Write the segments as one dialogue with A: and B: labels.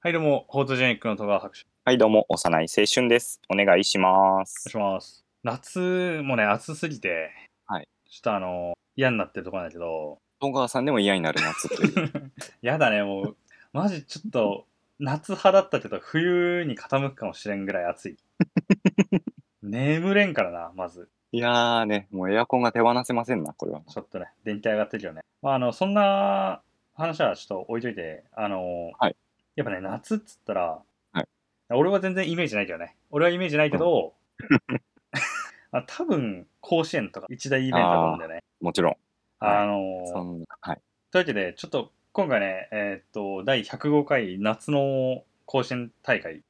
A: はい、どうも、フォートジェニックの戸川博士。
B: はい、どうも、幼い青春です。お願いします。
A: お願いします。夏もね、暑すぎて、
B: はい。
A: ちょっとあの、嫌になってるとこなんだけど、
B: 戸川さんでも嫌になる夏という。
A: やだね、もう、 マジちょっと、夏派だったけど、冬に傾くかもしれんぐらい暑 い。眠れんからな、まず。
B: いやーね、もうエアコンが手放せませんな、これは。
A: ちょっとね、電気代上がってるよね。まあ、あの、そんな話はちょっと置いといて、あの、
B: はい
A: やっぱね、夏っつったら、
B: はい
A: 俺は全然イメージないけどね。俺はイメージないけど、 あ多分、甲子園とか一大イベントだと思うんだよね。
B: もちろん。
A: あ
B: あ
A: の
B: そんな、はい。
A: というわけで、ちょっと今回ね、えーっと、第105回夏の甲子園大会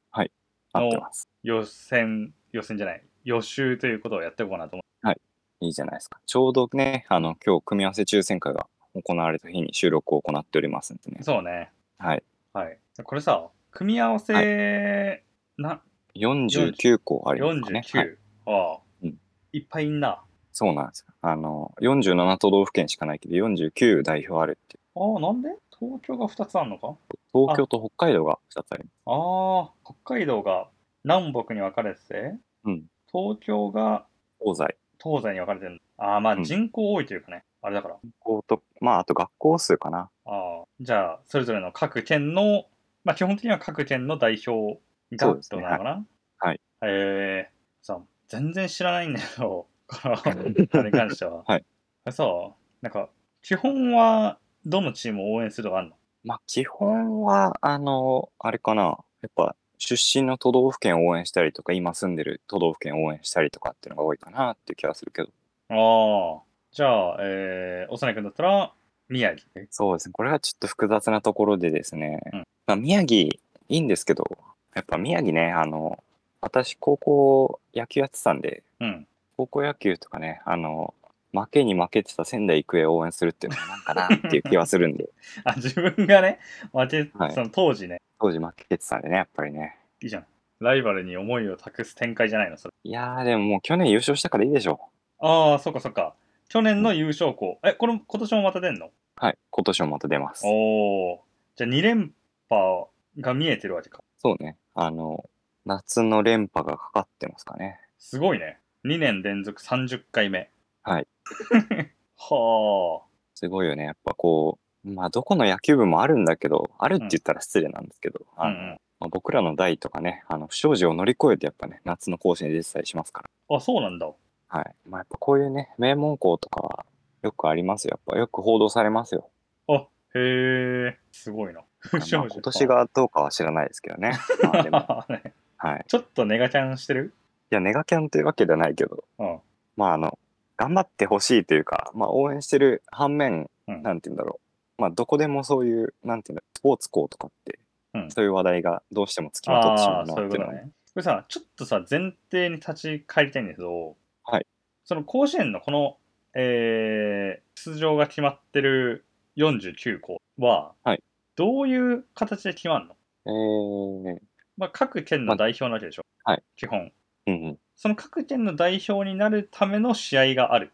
B: 合ってます。
A: 予選、予選じゃない、予習ということをやっていこうかなと思
B: いいじゃないですか。ちょうどね、あの、今日、組み合わせ抽選会が行われた日に収録を行っておりますんでね
A: う。。そうね。
B: はい。
A: はい。これさ、組み合わせ、
B: は
A: な、
B: 49校ありますかね。
A: 49、
B: はい、
A: ああ、
B: うん
A: いっぱいいんなあ
B: そうなんですよ。あの、47都道府県しかないけど、49代表あるっていう。
A: あなんで東京が2つあるのか
B: 東京と北海道が2つあります。
A: ああ北海道が南北に分かれてて
B: うん。
A: 東京が
B: 東西。
A: 東西に分かれてるああま
B: う
A: あ
B: ん
A: 人口多いというかね、あれだから
B: こうと、まあ、あと学校数かな。
A: ああじゃあそれぞれの各県のまあ基本的には各県の代表が
B: そ
A: っ
B: うです
A: て
B: ね
A: ことなのかな
B: はい
A: ええさ全然知らないんだけ どこのあれに関しては
B: はい
A: あさなんか基本はどのチームを応援するとかあるの
B: まあ、基本は、あの、あれかな、やっぱ、出身の都道府県を応援したりとか、今住んでる都道府県を応援したりとかっていうのが多いかなっていう気はするけど、
A: ああ、じゃあ、えー、幼い君だったら、宮城。
B: そうですね、これはちょっと複雑なところでですね、
A: うん
B: まあ、宮城、いいんですけど、やっぱ宮城ね、あの、私、高校野球やってたんで、
A: うん。
B: 高校野球とかね、あの、負けに負けてた仙台育英を応援するっていうのはなんかなっていう気はする んで、
A: あ、自分がね、負け、
B: はい
A: その当時ね、
B: 当時負けてたんでね、やっぱりね。
A: いいじゃん。ライバルに思いを託す展開じゃないの、それ。
B: いやー、でももう去年優勝したからいいでしょう。
A: ああ、そっかそっか。去年の優勝校。え、これ、今年もまた出んの
B: はい、今年もまた出ます。
A: おお。じゃあ、2連覇が見えてるわけか。
B: そうね。あの、夏の連覇がかかってますかね。
A: すごいね。2年連続30回目。
B: はい。
A: はあ。
B: すごいよね。やっぱこう、まあ、どこの野球部もあるんだけど、あるって言ったら失礼なんですけど、あの
A: うん
B: まあ、僕らの代とかね、あの不祥事を乗り越えて、やっぱね、夏の甲子園に出てたりしますから。
A: うん。あ、そうなんだ。
B: はい。まあ、やっぱこういうね、名門校とかはよくありますよ。やっぱよく報道されますよ。
A: あ、へえ。すごいな。 不祥
B: まあ
A: 事
B: 今年。がどうかは知らないですけ どね。まあ、でも、
A: ね
B: はい。
A: ちょっとネガキャンしてる
B: いや、ネガキャンというわけではないけど、
A: うん。
B: まあ、あの、頑張ってほしいというか、まあ、応援してる反面、
A: うん
B: なんて言うんだろう。まあ、どこでもそういう、なんて言うんだろう、スポーツ校とかって、
A: うん
B: そういう話題がどうしてもつきまとってしま
A: あ
B: う
A: あー、
B: なっ
A: そういう
B: て
A: こ
B: いう
A: と
B: のは、
A: ね。これさ、ちょっとさ、前提に立ち返りたいんだけど、
B: はい。
A: その甲子園のこの、えー、出場が決まってる49校は、
B: はい
A: どういう形で決まるの
B: え
A: まあ、各県の代表なわけでしょ、
B: はい
A: 基本。
B: ー、うんうん。
A: その各県の代表になるための試合がある。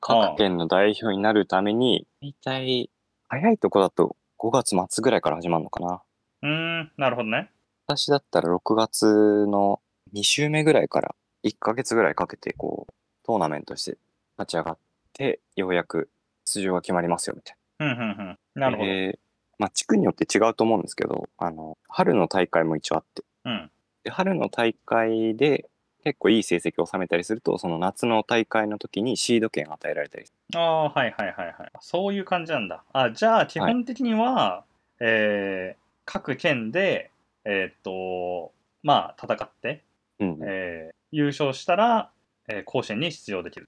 B: 各県の代表になるために、大体、早いとこだと5月末ぐらいから始まるのかな。
A: うーん、なるほどね。
B: 私だったら6月の2週目ぐらいから、1ヶ月ぐらいかけて、こう、トーナメントして立ち上がって、ようやく出場が決まりますよ、みたいな。
A: うん、うん、うん。なるほど。
B: えーまあ、地区によって違うと思うんですけど、あの、春の大会も一応あって、
A: うん。
B: で春の大会で結構いい成績を収めたりするとその夏の大会の時にシード権与えられたりす
A: あ
B: る
A: あ、はいはいはいはい。そういう感じなんだ。あ、じゃあ、基本的には、えー各県で、えーっと、まあ、戦って、
B: うんうん
A: えー優勝したら、えー甲子園に出場できる。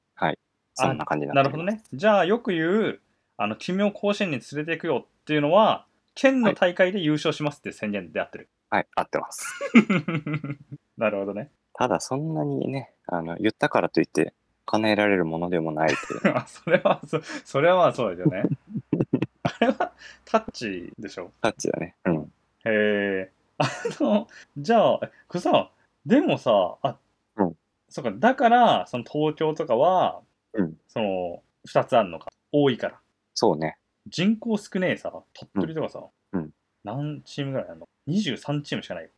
B: そんな感じに
A: な
B: な
A: る
B: って
A: ほ
B: お
A: ど
B: ります
A: ね。じゃあ、よく言う、あの、君を甲子園に連れていくよっていうのは、県の大会で優勝しますっていう宣言でやってる。
B: はい合ってます
A: なるほどね。
B: ただそんなにねあの言ったからといって叶えられるものでもないっていう
A: あそれはそ、それはまあそうだよね。あれは、タッチでしょ。
B: タッチだねうん
A: へえ。 あの、じゃあ、これさ、でもさ、あ、
B: うん
A: そうか、だから、その東京とかは、
B: うん
A: その、二つあるのか。多いから。
B: そうね
A: 人口少ねえさ、鳥取とかさ、
B: うん
A: 何チームぐらいあるの ?23 チームしかない よ。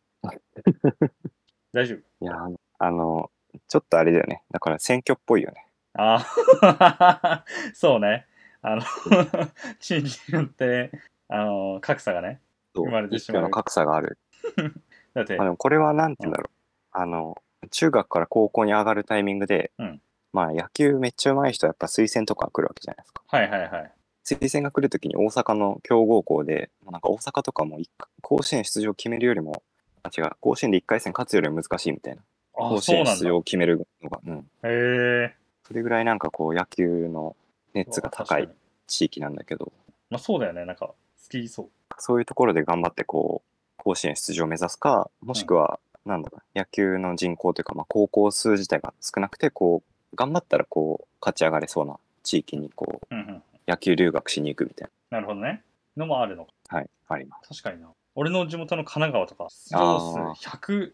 A: 大丈夫
B: いや、あのあの、ちょっとあれだよね。だから選挙っぽいよね。
A: ああ、 そうね。あの、地域によって、あの、格差がね。
B: そう
A: 生まれてし
B: 一
A: まう
B: 票の格差がある。
A: だって
B: まあ、、でもこれはなんて言うんだろう。あの、中学から高校に上がるタイミングで、
A: うん
B: まあ野球めっちゃ上手い人はやっぱ推薦とか来るわけじゃないですか。
A: はいはいはい。
B: 推薦が来るときに大阪の強豪校で、もうなんか大阪とかも一甲子園出場を決めるよりも、あ違う、甲子園で1回戦勝つよりも難しいみたいな。
A: あ
B: 甲
A: あ、
B: 子
A: そう
B: 園
A: なん
B: 出
A: だ。へ
B: 場を決めるのが、うん。
A: え。
B: それぐらいなんかこう野球の熱が高
A: 確
B: い
A: かに
B: 地域なんだけど、
A: まあそうだよね。なんか、好きそう。
B: そういうところで頑張ってこう、甲子園出場を目指すか、もしくは、なんだろう、野球の人口というか、まあ、高校数自体が少なくて、こう、頑張ったらこう、勝ち上がれそうな地域にこう、
A: うんうん。
B: 野球留学しに行くみたい
A: なるほどね。のもあるのか。
B: な。はい、あります。
A: 確かにな。俺の地元の神奈川とか、出場数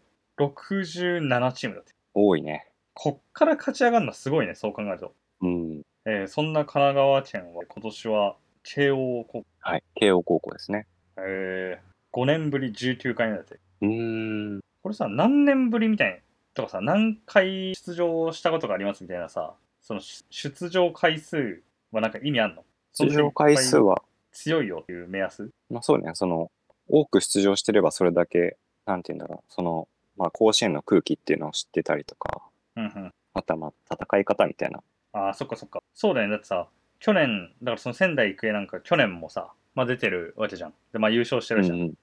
A: 167チームだって。
B: 多いね。
A: こっから勝ち上がるのはすごいね。そう考えると。
B: うん。
A: えーそんな神奈川県は今年は慶応高校、
B: はい。慶応高校ですね。
A: えー、5年ぶり19回目だって。
B: うーん。
A: これさ、何年ぶりみたいな、とかさ、何回出場したことがありますみたいなさ、そのし出場回数はなんか意味あんの
B: 出場回数は、
A: 強いよっていう目安
B: まあそうね、その、多く出場してればそれだけ、なんて言うんだろう、その、まあ甲子園の空気っていうのを知ってたりとか、
A: うんうん。
B: あとはまあ戦い方みたいな。
A: ああ、そっかそっか。そうだよね。だってさ、去年、だからその仙台育英なんか去年もさ、まあ出てるわけじゃん。で、まあ優勝してるじゃん。
B: うん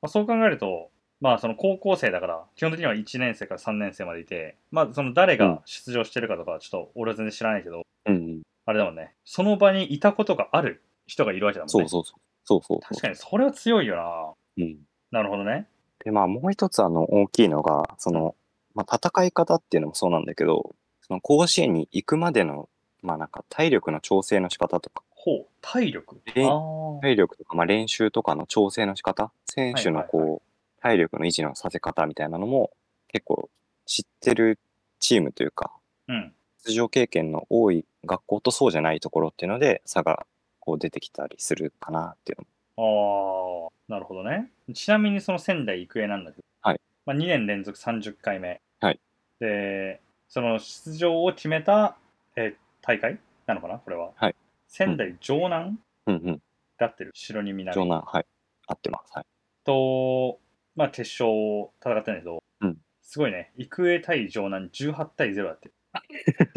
A: まあ、そう考えると、まあその高校生だから、基本的には1年生から3年生までいて、まあその誰
B: うん
A: が出場してるかとか、ちょっと俺は全然知らないけど、
B: うん。
A: あれだもんね、その場にいたことがある人がいるわけだもんね。
B: そうそうそう。そうそうそう
A: 確かにそれは強いよ
B: うん、
A: な。なるほどね。
B: でまあもう一つあの大きいのがその、まあ、戦い方っていうのもそうなんだけどその甲子園に行くまでのまあなんか体力の調整の仕方とか
A: ほう、体力。
B: え
A: あ
B: 体力とか、まあ、練習とかの調整の仕方選手の
A: はいはい
B: こう、体力の維持のさせ方みたいなのも結構知ってるチームというか
A: あ、うん。
B: 出場経験の多い学校とそうじゃないところっていうので差がこう出てきたりするかなっていうのも
A: ああ、なるほどね。ちなみにその仙台育英なんだけど、
B: はい
A: まあ、2年連続30回目。
B: はい
A: で、その出場を決めた、えー大会なのかなこれは。
B: はい
A: 仙台城南、
B: うんうん
A: だってる城に南
B: 城南はい合ってますはい
A: と、まあ、決勝を戦ったんだけど、
B: うん
A: すごいね育英対城南18対0だって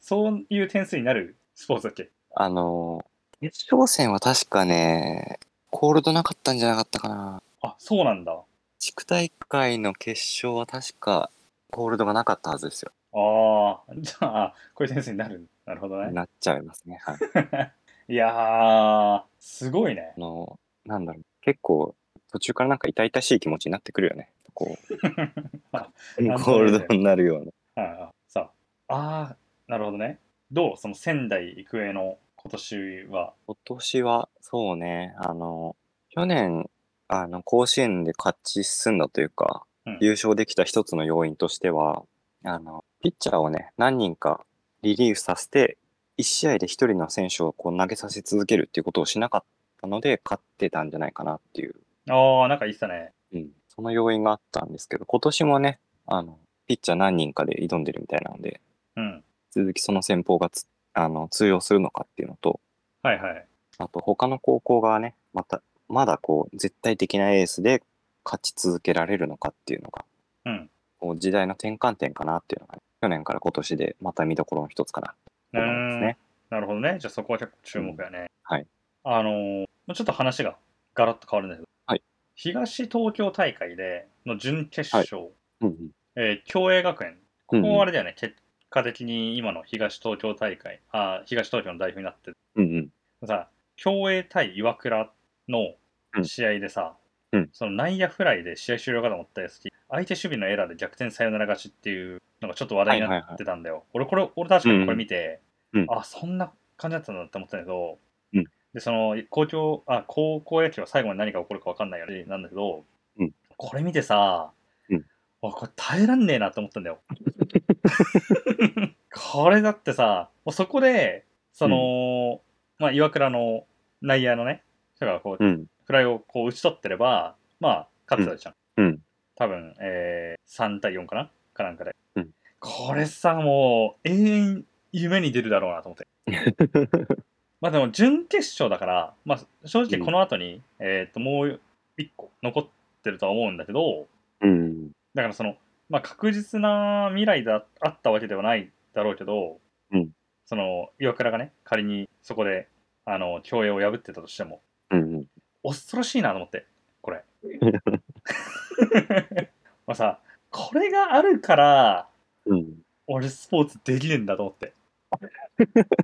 A: そういう点数になるスポーツだっけ
B: あのー、決勝戦は確かね、コールドなかったんじゃなかったかな。
A: あそうなんだあ
B: 地区大会の決勝は確かコールドがなかったはずですよ。
A: あーじゃあこういう点数になるなるほどね
B: なっちゃいますね。はい。
A: いやーすごいね
B: あのー、なんだろう、結構途中からなんか痛々しい気持ちになってくるよね。こう、
A: なんとなくね
B: コールドになるような。
A: はいはいさああーなるほどねどうその仙台育英の今年は
B: 今年は、そうね、あのー、去年、あの、甲子園で勝ち進んだというか、
A: うん
B: 優勝できた一つの要因としては、あの、ピッチャーをね、何人かリリーフさせて、1試合で1人の選手をこう投げさせ続けるっていうことをしなかったので、勝ってたんじゃないかなっていう、
A: ああなんか言ってたね
B: うん、その要因があったんですけど、今年もね、あの、ピッチャー何人かで挑んでるみたいなので、
A: うん
B: 続きその戦法がつあの通用するのかっていうのと、
A: はいはい
B: あと他の高校がね、また、まだこう、絶対的なエースで勝ち続けられるのかっていうのが、
A: うん
B: こう時代の転換点かなっていうのがね、去年から今年でまた見どころの一つかなと思いますね。
A: なるほどね。じゃあそこは結構注目やね。
B: はい。
A: あのーちょっと話がガラッと変わるんだけど、
B: はい
A: 東東京大会での準決勝、
B: うんうん
A: えー共栄学園、ここ
B: うん
A: はあれだよね、結果的に今の東東京大会、あー東東京の代表になってる
B: うんうん。
A: さ、共栄対岩倉の
B: うん
A: 試合でさ、
B: うん
A: その内野フライで試合終了かと思ったやつに相手守備のエラーで逆転サヨナラ勝ちっていうのがちょっと話題になってたんだよ。俺これ、俺確かにこれ見て、
B: うんうん
A: あ、そんな感じだったんだって思ったんだけど、
B: うん
A: で、その公共、あ、高校野球は最後に何が起こるか分かんないよね、なんだけど、
B: うん
A: これ見てさ、
B: うん
A: あこれ耐えらんねえなって思ったんだ よ。これだってさ、もうそこで、その、まあ、岩倉の内野のね、人がこう、
B: うん。
A: フくらいをこう打ち取ってれば、まあ、勝ってたじゃん。
B: うん。
A: 多分、えー、3対4かなかなんかで。
B: うん
A: これさ、もう、永遠夢に出るだろうなと思っ て。まあでも、準決勝だから、まあ、正直この後に、えーっと、もう1個残ってるとは思うんだけど、
B: うん。
A: だからその、まあ、確実な未来だあったわけではないだろうけど、
B: うん
A: その岩倉がね仮にそこであの競泳を破ってたとしても
B: うん。
A: 恐ろしいなと思ってこ れまあさこれがあるから
B: うん。
A: 俺スポーツできねえんだと思って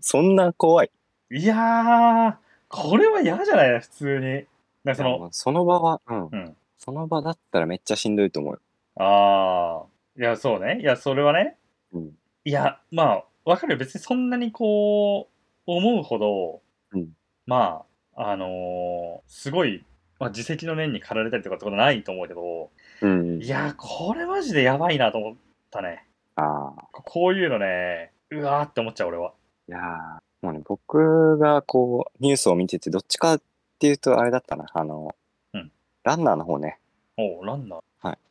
B: そんな怖い。
A: いやーこれは嫌じゃない普通になんかそ
B: いや
A: の
B: その場は、うん。
A: うん
B: その場だったらめっちゃしんどいと思うよ。
A: ああいやそうねいやそれはね
B: うん。
A: いや、まあ、わかるよ。別にそんなにこう、思うほど、
B: うん
A: まあ、あのーすごい、まあ、自責の念に駆られたりとかってことはないと思うけど、
B: うん
A: い。や、これマジでやばいなと思ったね。
B: ああ。
A: ここういうのね、うわーって思っちゃう、俺は。
B: いやーもうね、僕がこう、ニュースを見てて、どっちかっていうと、あれだったな。あの、
A: うん
B: ランナーの方ね。
A: おう、ランナー。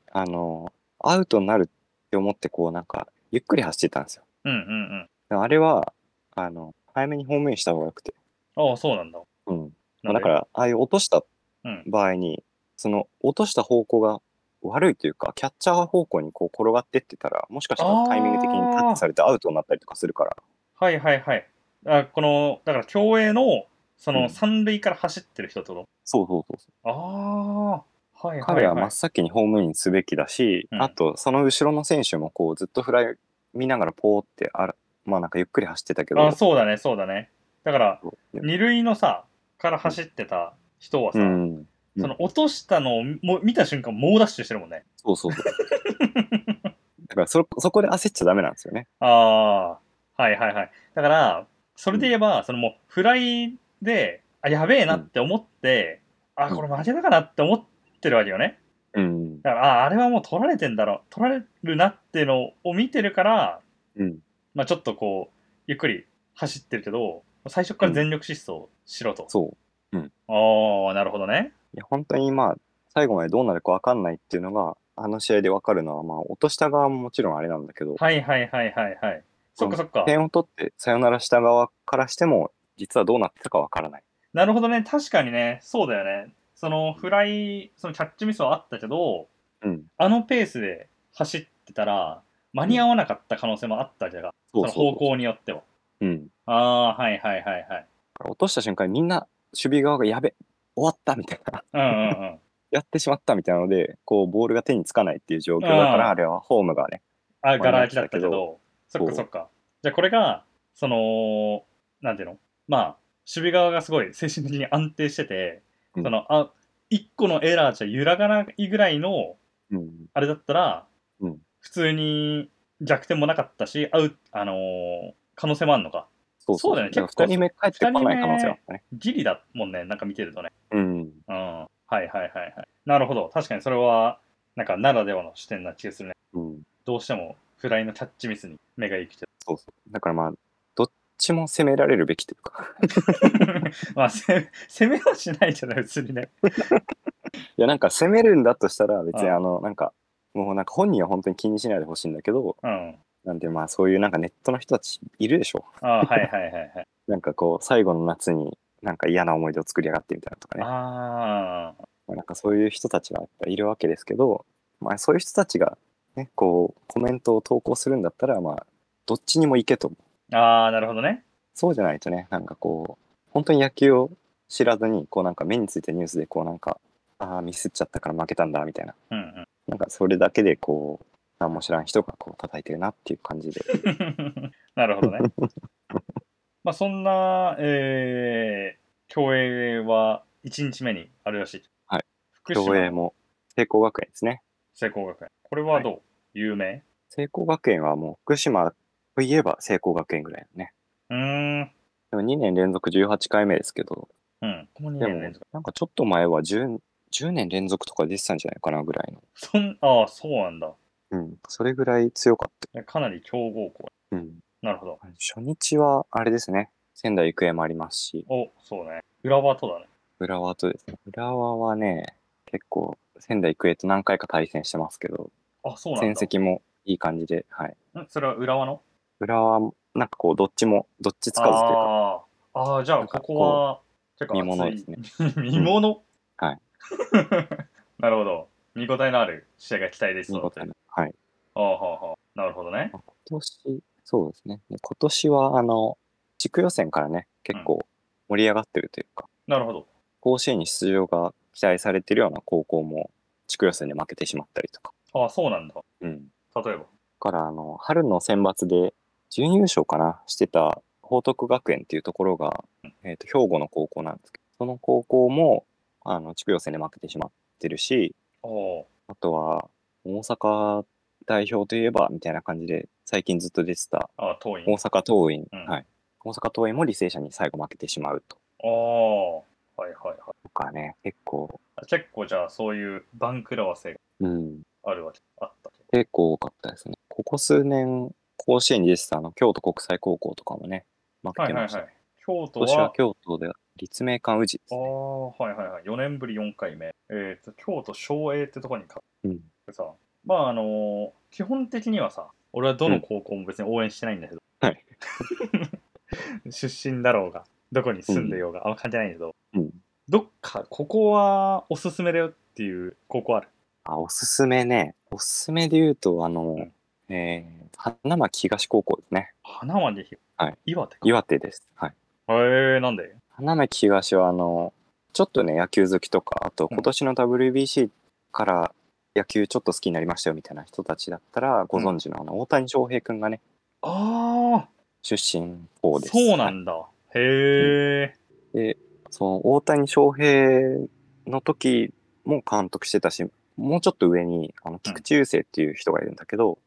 B: あの、アウトになるって思って、こう、なんか、ゆっくり走ってたんですよ。
A: うんうん
B: でもあれは、あの、早めにホームインした方がよくて。
A: うん。ああ、そうなんだ。
B: うん。ま
A: な
B: あ
A: ん
B: だから、ああいう落とした
A: うん
B: 場合に、その、落とした方向が悪いというか、キャッチャー方向にこう転がってってたら、もしかしたらタイミング的にタッチされてアウトになったりとかするから。
A: はいはいはい。あこの、だから、競泳の、そ
B: うん
A: の、三塁から走ってる人ってこ
B: そうそうそうそう。
A: と、ああ、はいはいはい。
B: 彼は真っ先にホームインすべきだし、
A: うん
B: あとその後ろの選手もこうずっとフライ見ながらポーってあらまあなんかゆっくり走ってたけど
A: あそうだねそうだねだから
B: そう
A: 二塁のさから走ってた人はさ、
B: うん、
A: その落としたのをも見た瞬間猛ダッシュしてるもんね
B: そうそうそうだからそそこで焦っちゃダメなんですよね
A: ああはいはいはいだからそれで言えば、そのもうフライであやべえなって思って、あこれ負けたかなって思ってるわけよね
B: うん
A: だからああれはもう取られてんだろ取られるなってのを見てるから
B: うん
A: まあちょっとこうゆっくり走ってるけど最初から全力疾走しろと、
B: そう
A: ああなるほどね
B: いや本当にまあ最後までどうなるか分かんないっていうのがあの試合で分かるのはまあ落とした側ももちろんあれなんだけど、
A: はいはいはいはいはい。そっかそっか。
B: 点を取ってさよならした側からしても実はどうなってたか分からない
A: なるほどね。確かにね。そうだよね。そのフライ、そのキャッチミスはあったけど、
B: うん
A: あのペースで走ってたら、間に合わなかった可能性もあったわけだ。
B: そ
A: そうの
B: そうそう
A: 方向によっては。
B: うん
A: ああー、はいはいはいはい。
B: 落とした瞬間にみんな守備側がやべ終わったみたいな
A: うんうんうん。
B: やってしまったみたいなのでこうボールが手につかないっていう状況だか
A: うん
B: らあれはホームがね
A: あ、ガラ空きだったけ
B: ま
A: ど。そっか
B: そ
A: そうっか。じゃあこれが、その、なんていうのまあ、守備側がすごい精神的に安定してて、
B: うん
A: その、あ、一個のエラーじゃ揺らがないぐらいの
B: うん
A: あれだったら、
B: うん
A: 普通に逆転もなかったし、アウあのー可能性もあるのか。
B: そう
A: そうだよね
B: から
A: 結構
B: 2人目帰ってこない可能性はあったね
A: ギリだもんね、なんか見てるとね。
B: うん
A: うん。はいはいはいはい。なるほど。確かにそれは、なんかならではの視点な気がするね。
B: うん
A: どうしてもフライのキャッチミスに目が行きて
B: そうそうだからまあどっちも攻められるべきとい うか
A: る。 まあ、せ攻めはしないじゃない、別にね。
B: いやなんか攻めるんだとしたら別に
A: うん
B: あのなんかもうなんか本人は本当に気にしないでほしいんだけど
A: うん。
B: なんでまあそういうなんかネットの人たちいるでしょ
A: ああ、はいはいはい はい。
B: なんかこう最後の夏になんか嫌な思い出を作りやがってみたいなとかね
A: ああ、
B: まあなんかそういう人たちがやっぱいるわけですけど、まあ、そういう人たちが、ね、こうコメントを投稿するんだったら、まあ、どっちにも行けと
A: ああ、なるほどね。
B: そうじゃないとねなんかこう本当に野球を知らずにこうなんか目についたニュースでこうなんかああミスっちゃったから負けたんだみたいな
A: うんうん。
B: なんかそれだけでこう何も知らん人がこう叩いてるなっていう感じで
A: なるほ どね。まあそんな、えー、競泳は1日目にあるらしい。
B: はい。
A: 福
B: 競泳
A: 島
B: も聖光学園ですね
A: 聖光学園。これはどう、有名
B: 聖光学園はもう福島といえば聖光学園ぐらいのね
A: うーん。
B: でも2年連続18回目ですけど
A: うん。ここに
B: で
A: ね
B: も、なんかちょっと前は 10, 10年連続とか出てたんじゃないかなぐらいの。
A: そんああ、そうなんだ。
B: うん。それぐらい強かっ
A: かなり強豪校。
B: た。うん。
A: なるほど。
B: 初日は、あれですね。仙台育英もありますし、
A: お、そうね。浦和とだね。
B: 浦和とですね。浦和はね、結構、仙台育英と何回か対戦してますけど、
A: あ、そうなん
B: 戦
A: だ。
B: 績もいい感じで、はい。
A: んそれは浦和の
B: 浦和も、なんかこう、どっちも、どっちつかずというか、
A: あーあー、じゃ
B: な
A: あ
B: んか
A: こ
B: こう
A: こは、てか
B: 見ものですね。
A: 熱い見もの、
B: はい
A: なるほど。見応えのある試合が期待できそ
B: 見
A: うだと
B: 事
A: いう
B: な。はい。
A: あーはあはあなるほどね。
B: まあ今年、そうですね。今年は、あの、地区予選からね、結構盛り上がってるというか、
A: なるほど。
B: 甲子園に出場が期待されてるような高校も、地区予選で負けてしまったりとか。
A: ああ、そうなんだ。
B: うん。だ
A: 例えば。
B: から、あの、春の選抜で、準優勝かな、してた、報徳学園っていうところが、えっ、と、兵庫の高校なんですけど、その高校も、あの、地区予選で負けてしまってるし、
A: おお
B: あとは、大阪代表といえば、みたいな感じで、最近ずっと出てた、
A: ー、ああ、遠い
B: 大。阪桐蔭、
A: うん
B: はい。大阪桐蔭も履正社に最後負けてしまうと
A: ああ、はいはいは
B: かね、結構、
A: い。結構じゃあそういう番狂わせが
B: うん、
A: あるわけ。あったわけ。
B: 結構多かったですね。ここ数年、甲子園に出てたあの、京都国際高校とかもね、負け
A: はいはい
B: て
A: は
B: ま
A: い
B: した。。
A: 京都
B: 今年は
A: は、
B: 京都で立命館宇治です
A: ああ
B: ね。
A: はいはいはい。4年ぶり4回目。えっ、と、京都昭栄ってとこに勝
B: うん、
A: ってさ、まああのー基本的にはさ、俺はどの高校も別に応援してないんだけど、
B: はい
A: 出身だろうが、どこに住んでようが、あんま関係ないんだけど、
B: うん。
A: どっか、ここはおすすめだよっていう高校ある。
B: あ、おすすめね。おすすめで言うと、あの、えー花巻東高校ですね。
A: 花までひ、
B: はい
A: 岩手か。
B: 岩手です。はい。
A: へえー、なんで
B: 花巻東はあのちょっとね野球好きとかあと
A: うん
B: 今年の WBC から野球ちょっと好きになりましたよみたいな人たちだったらご存知のあの大谷翔平くんがね
A: ああ、
B: 出身校です
A: そうな
B: はい
A: んだ。へえ、
B: その大谷翔平の時も監督してたしもうちょっと上にあの菊池雄星っていう人がいるんだけ
A: う
B: ど、
A: ん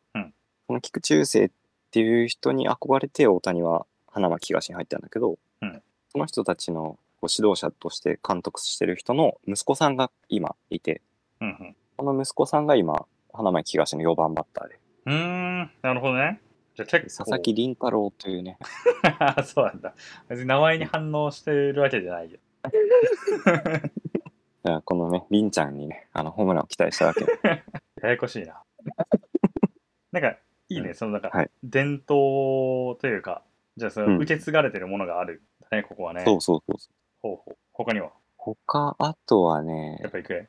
B: その菊池雄星っていう人に憧れて大谷は花巻東に入ったんだけど、
A: うん
B: その人たちのこう指導者として監督してる人の息子さんが今いて
A: うん
B: この息子さんが今花巻東の4番バッターで
A: うん。うーん、なるほどね。じゃあ結構。
B: 佐々木麟太郎というね
A: そうなんだ。別に名前に反応してるわけじゃないよ。
B: だからこのね麟ちゃんにねあのホームランを期待した わけ
A: ややこしい な。なんか、いいね、
B: うん
A: そのなんか、
B: はい
A: 伝統というか、じゃあそ
B: うん
A: の受け継がれてるものがある、ね、ここはね。
B: そうそうそうそう
A: ほうほう他には、
B: 他あとはね
A: やっぱり行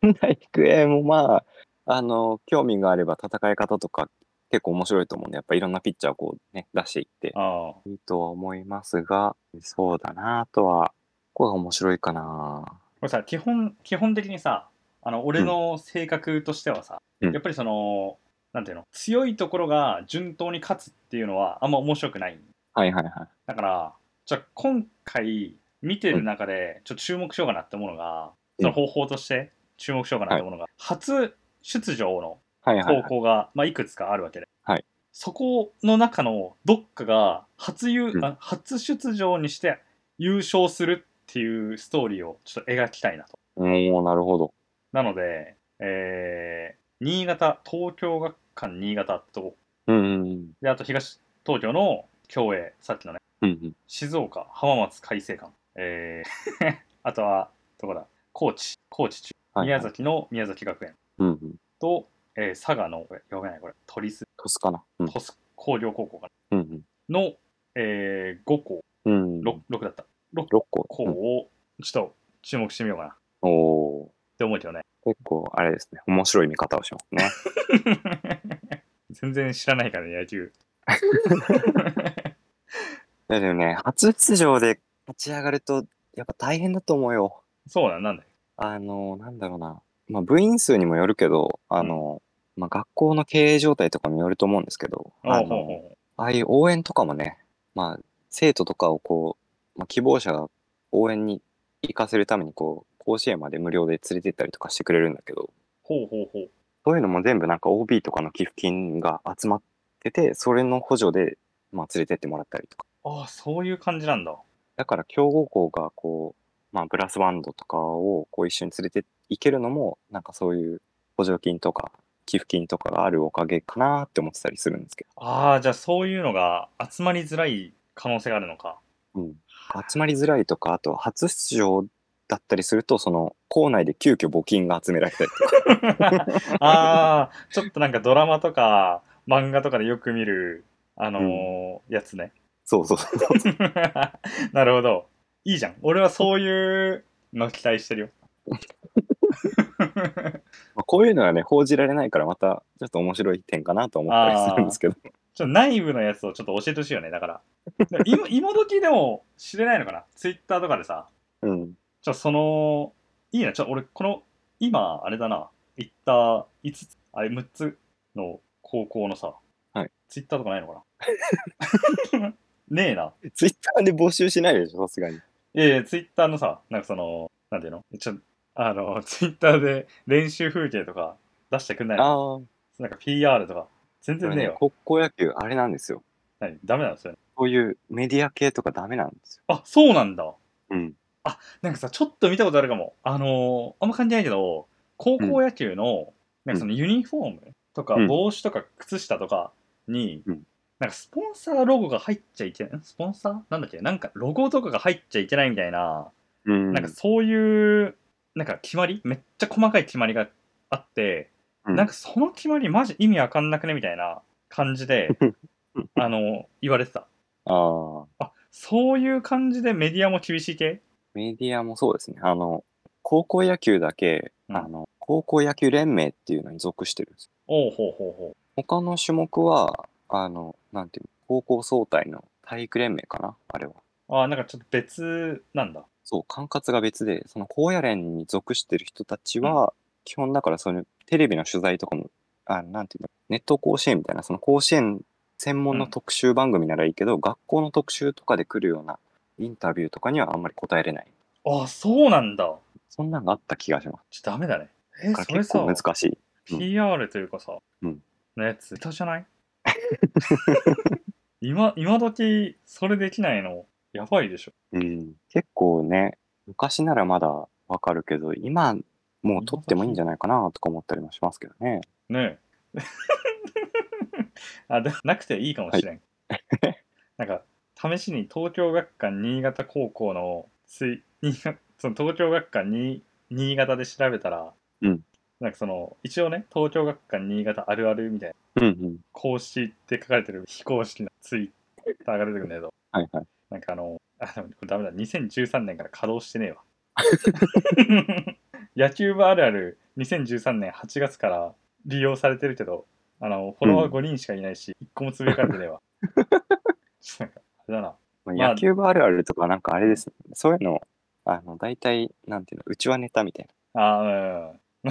B: 仙台育英もまあ、あの、興味があれば戦い方とか結構面白いと思うんで、やっぱいろんなピッチャーをこうね、出していって
A: ああ、
B: いいとは思いますが、そうだな、あとは、ここが面白いかな。
A: これさ基本基本的にさあの俺の性格としてはさ、
B: うん
A: やっぱりそのなんていうの強いところが順当に勝つっていうのはあんま面白くない
B: はいはいはい。
A: だからじゃあ今回見てる中でちょっと注目しようかなってものが、
B: うん
A: その方法として注目しようかなってものが、初出場の
B: はいはい、
A: 高
B: はい。
A: 校が、まあ、いくつかあるわけで、
B: はい
A: そこの中のどっかが初優、
B: うん
A: あ初出場にして優勝するっていうストーリーをちょっと描きたいなと。
B: おー、なるほど。
A: なので、えー新潟、東京学館新潟と、
B: うんうんうん。
A: で、あと東東京の競泳、さっきのね、
B: うんうん。
A: 静岡、浜松開誠館、えー あとは、どこだ、高知、高知中、
B: はいはい
A: 宮。崎の宮崎学園
B: うんうん。
A: と、えー佐賀の、これ読めない、これ、都立、
B: トスかな。うん
A: 鳥栖工業高校か
B: うん
A: なの、え5校、
B: うん。うん。
A: 6, 六だった、6
B: 六個。
A: 校
B: うん
A: をちょっと注目してみようかなっ
B: おー。
A: て思うけどね。
B: 結構、あれですね。面白い見方をしますね。
A: 全然知らないからね、野球。
B: い やでもね、初出場で立ち上がると、やっぱ大変だと思うよ。
A: そうなんなんだよ。
B: あの、なんだろうな。まあ、部員数にもよるけど、あの、まあ、学校の経営状態とかもよると思うんですけど、あ
A: あほ
B: の、
A: うほうほう
B: ああいう応援とかもね、まあ、生徒とかをこう、まあ、希望者が応援に行かせるために、こう、甲子園まで無料で連れて行ったりとかしてくれるんだけど、
A: ほうほうほう。
B: そういうのも全部なんか OB とかの寄付金が集まってて、それの補助で、まあ、連れてってもらったりとか。
A: ああ、そういう感じなんだ。
B: だから強豪校がこう、まあ、ブラスバンドとかをこう一緒に連れて行けるのもなんかそういう補助金とか寄付金とかがあるおかげかなって思ってたりするんですけ
A: ああ、じゃあそういうのが集まりづらい可能性があるのか。
B: ど、集まりづらいとかあと初出場だったりすると、その、校内で急遽募金が集められたりとか。
A: ああ、ちょっとなんかドラマとか漫画とかでよく見る、あのーやつね。
B: そうそうそう。
A: なるほど。いいじゃん。俺はそういうの期待してるよ。
B: まあこういうのはね、報じられないから、また、ちょっと面白い点かなと思ったりするんですけど。
A: ちょっと内部のやつをちょっと教えてほしいよね。だから。でも今今時でも知れないのかなツイッターとかでさ、
B: うん。
A: ちょ、その、いいな、ちょ、俺、この、今、あれだな、行った5つ、あれ、6つの高校のさ、
B: はい、
A: ツイッターとかないのかな ねえな。
B: ツイッターで募集しないでしょ、さすがに。
A: いやいや、ツイッターのさ、なんかその、なんていうのちょ、あの、ツイッターで練習風景とか出してくんないの
B: ああ。
A: なんか PR とか、全然ねえよ。
B: 高校野球、あれなんですよ。
A: 何ダメなんですよね。
B: そういうメディア系とかダメなんですよ。
A: あ、そうなんだ。
B: うん。
A: なんかさ、ちょっと見たことあるかも。あのーあんま関係ないけど、高校野球の、なんかそのユニフォームとか
B: うん
A: 帽子とか靴下とかに、
B: うん
A: なんかスポンサーロゴが入っちゃいけない、んスポンサーなんだっけなんかロゴとかが入っちゃいけないみたいな、
B: うん。
A: なんかそういう、なんか決まりめっちゃ細かい決まりがあって、
B: うん
A: なんかその決まりマジ意味わかんなくねみたいな感じ で、あの、言われてた。
B: ああ。
A: あ、そういう感じでメディアも厳しい系
B: メディアもそうですね。あの、高校野球だけ、
A: うん
B: あの、高校野球連盟っていうのに属してるんですよ。
A: おうほうほうほう。
B: 他の種目は、あの、なんていうの、高校総体の体育連盟かなあれは。
A: ああ、なんかちょっと別なんだ。
B: そう、管轄が別で、その高野連に属してる人たちは、基本だから、そのテレビの取材とかも、あなんていうの、ネット甲子園みたいな、その甲子園専門の
A: うん
B: 特集番組ならいいけど、学校の特集とかで来るようなインタビューとかにはあんまり答えれない。
A: ああ、そうなんだ。
B: そんなのがあった気がします。
A: ちょっとダメだね。え、
B: だ
A: そ
B: から
A: れ
B: 結
A: さ
B: 構、難しい。うん
A: PR というかさ、
B: うん
A: のやつ、下手じゃない 今、今時、それできないの、やばいでしょ。
B: うん、結構ね、昔ならまだわかるけど、今、もう撮ってもいいんじゃないかなとか思ったりもしますけどね。
A: ねえ。 あ、でなくていいかもしれん。なんか、試しに東京学館新潟高校のつい、新潟 その東京学館に新潟で調べたら、
B: うん
A: なんかその、一応ね、東京学館新潟あるあるみたいな、
B: うんうん。
A: 公式って書かれてる非公式なツイッターが出てくるんだけど、
B: はいはい。
A: なんかあの、 あ、でもこれダメだ、2013年から稼働してねえわ。野球部あるある、2013年8月から利用されてるけど、あの、フォロワー5人しかいないし、1個もつぶやかれてねえわ。ちょっとなんか、あれだな。
B: まあ
A: まあ
B: 野球部あるあるとか、なんかあれですね。そういうの、あの、大体、なんていうの、うちはネタみたい
A: あーうん。 い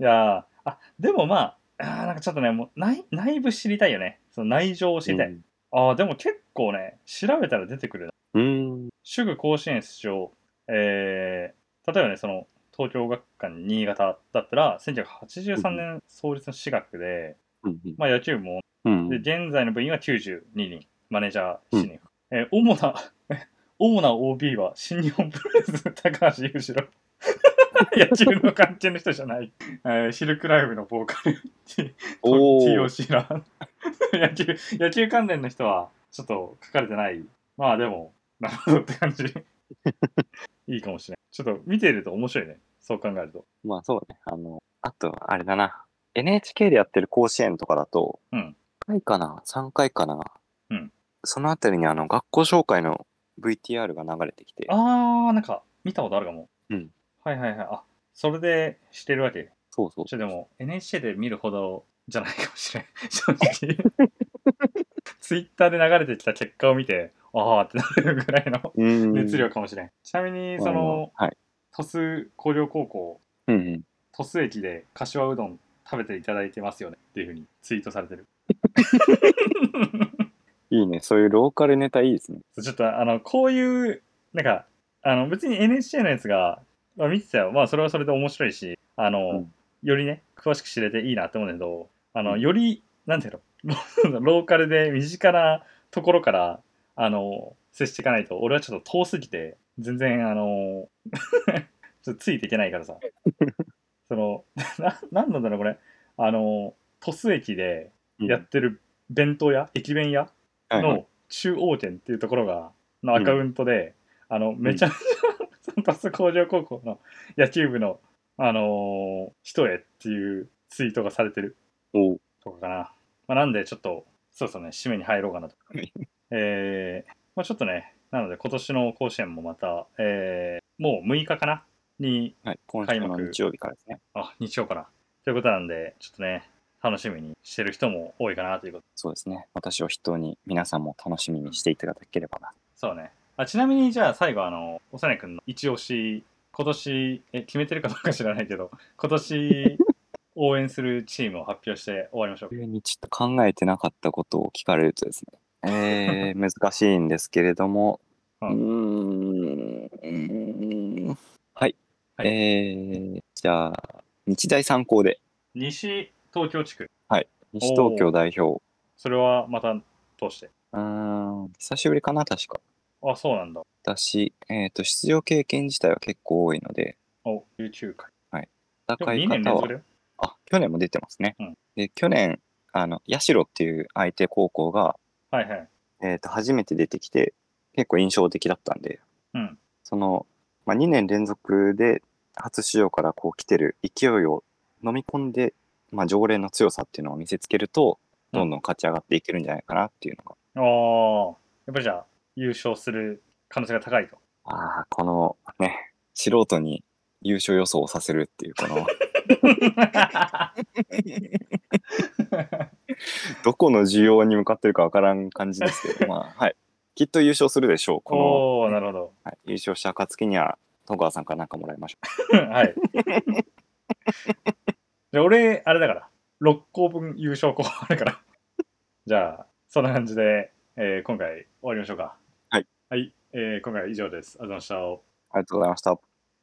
A: やーあ、でもまあ、あーなんかちょっとね、もう内内部知りたいよね。その内情を知りた
B: な。
A: い。ああ、でも結構ね、調べたら出てくるな。
B: うん。
A: 主具甲子園出場、えー例えばねその東京学館新潟だったら1983年創立の私学で、
B: うん。
A: まあ、野球部も
B: うん。
A: で現在の部員は92人マネージャー7人、えー主な 主な OB は新日本プロレス高橋裕次郎 野球の関係の人じゃない、えーシルクライブのボーカル T-
B: おー
A: TOC ら 野球野球関連の人はちょっと書かれてないまあでもなるほどって感じ いいかもしれないちょっと見ていると面白いねそう考えると
B: まあそうね。あの、あと、あれだな。NHK でやってる甲子園とかだと、
A: うん
B: 1回かな ?3 回かな
A: うん
B: そのあたりに、あの、学校紹介の VTR が流れてきて、
A: あーなんか見たことあるかも、
B: うん
A: はいはいはいあそれでしてるわけ
B: そうそう
A: ち。ょでも NHK で見るほどじゃないかもしれない 正直ツイッターで流れてきた結果を見てああってなるぐらいの
B: うん
A: 熱量かもしれん、ちなみにその、
B: うんはい。
A: 鳥栖工業高校
B: うんうん。
A: 鳥栖駅で柏うどん食べていただいてますよねっていうふうにツイートされてる
B: いいね。そういうローカルネタいいですね。
A: ちょっとあのこういうなんかあの別に NHK のやつが、まあ、見てたよまあそれはそれで面白いしあの、
B: うん
A: よりね詳しく知れていいなって思うんだけどあの、
B: うん
A: よりなんていうの ローカルで身近なところからあの接していかないと俺はちょっと遠すぎて全然あの ちょっとついていけないからさその ななんなんだろうこれあの鳥栖駅でやってる弁当屋、駅弁屋
B: はいはい
A: の中央店っていうところがのアカウントで、あのめちゃめちゃ、 ンパス工場高校の野球部の、あのー人へっていうツイートがされてる
B: おう
A: とかかな。まあ、なんで、ちょっと、そうそうね、締めに入ろうかなと
B: はい。
A: えー、まあちょっとね、なので、今年の甲子園もまた、えー、もう6日かなに、
B: はい、今週
A: 開
B: の
A: 幕
B: 日曜日からですね。
A: あ、日曜かな。ということなんで、ちょっとね、楽しみにしてる人も多いかなということ。
B: そうですね。私を筆頭に皆さんも楽しみにしていただければな。
A: そうね。あちなみに、じゃあ最後、あの、おさねくんの一押し、今年、え、決めてるかどうか知らないけど、 今年応援するチームを発表して終わりましょう
B: 急にちょっと考えてなかったことを聞かれるとですね。えー、難しいんですけれども、う
A: う
B: ー
A: ん
B: ん、うーんはい。
A: はい
B: えー、じゃあ、日大三高で、
A: 西東京地区、
B: 西東京代表。
A: それはまた通して。
B: うーん、久しぶりかな、確か。
A: あ、そうなんだ。
B: だし、えっ、と、出場経験自体は結構多いので、
A: お、YouTube か。でも
B: 戦い
A: 2年連
B: 方は
A: 続だよ。
B: あ、去年も出てますね。
A: うん
B: で、去年、あの、社っていう相手高校が、
A: はいはい。
B: えっ、と、初めて出てきて、結構印象的だったんで、
A: うん
B: その、まあ、2年連続で初出場からこう来てる勢いを飲み込んで、まあ、常連の強さっていうのを見せつけると、
A: うん
B: どんどん勝ち上がっていけるんじゃないかなっていうのが、
A: ああ、やっぱりじゃあ、優勝する可能性が高 いと。
B: ああ、このね、素人に優勝予想をさせるっていう、この、 どこの需要に向かってるかわからん感じですけど、まあ、はい。きっと優勝するでしょう。この
A: おおーなるほど。
B: はい、優勝した暁には戸川さんからなんかもらいましょ
A: はい。じゃあ俺、あれだから、6校分優勝校あるから。 じゃあ、そんな感じで、えー今回終わりましょうか。
B: はい。
A: はい、えー今回は以上です。ありがとうございました。
B: う。ありがとうございました。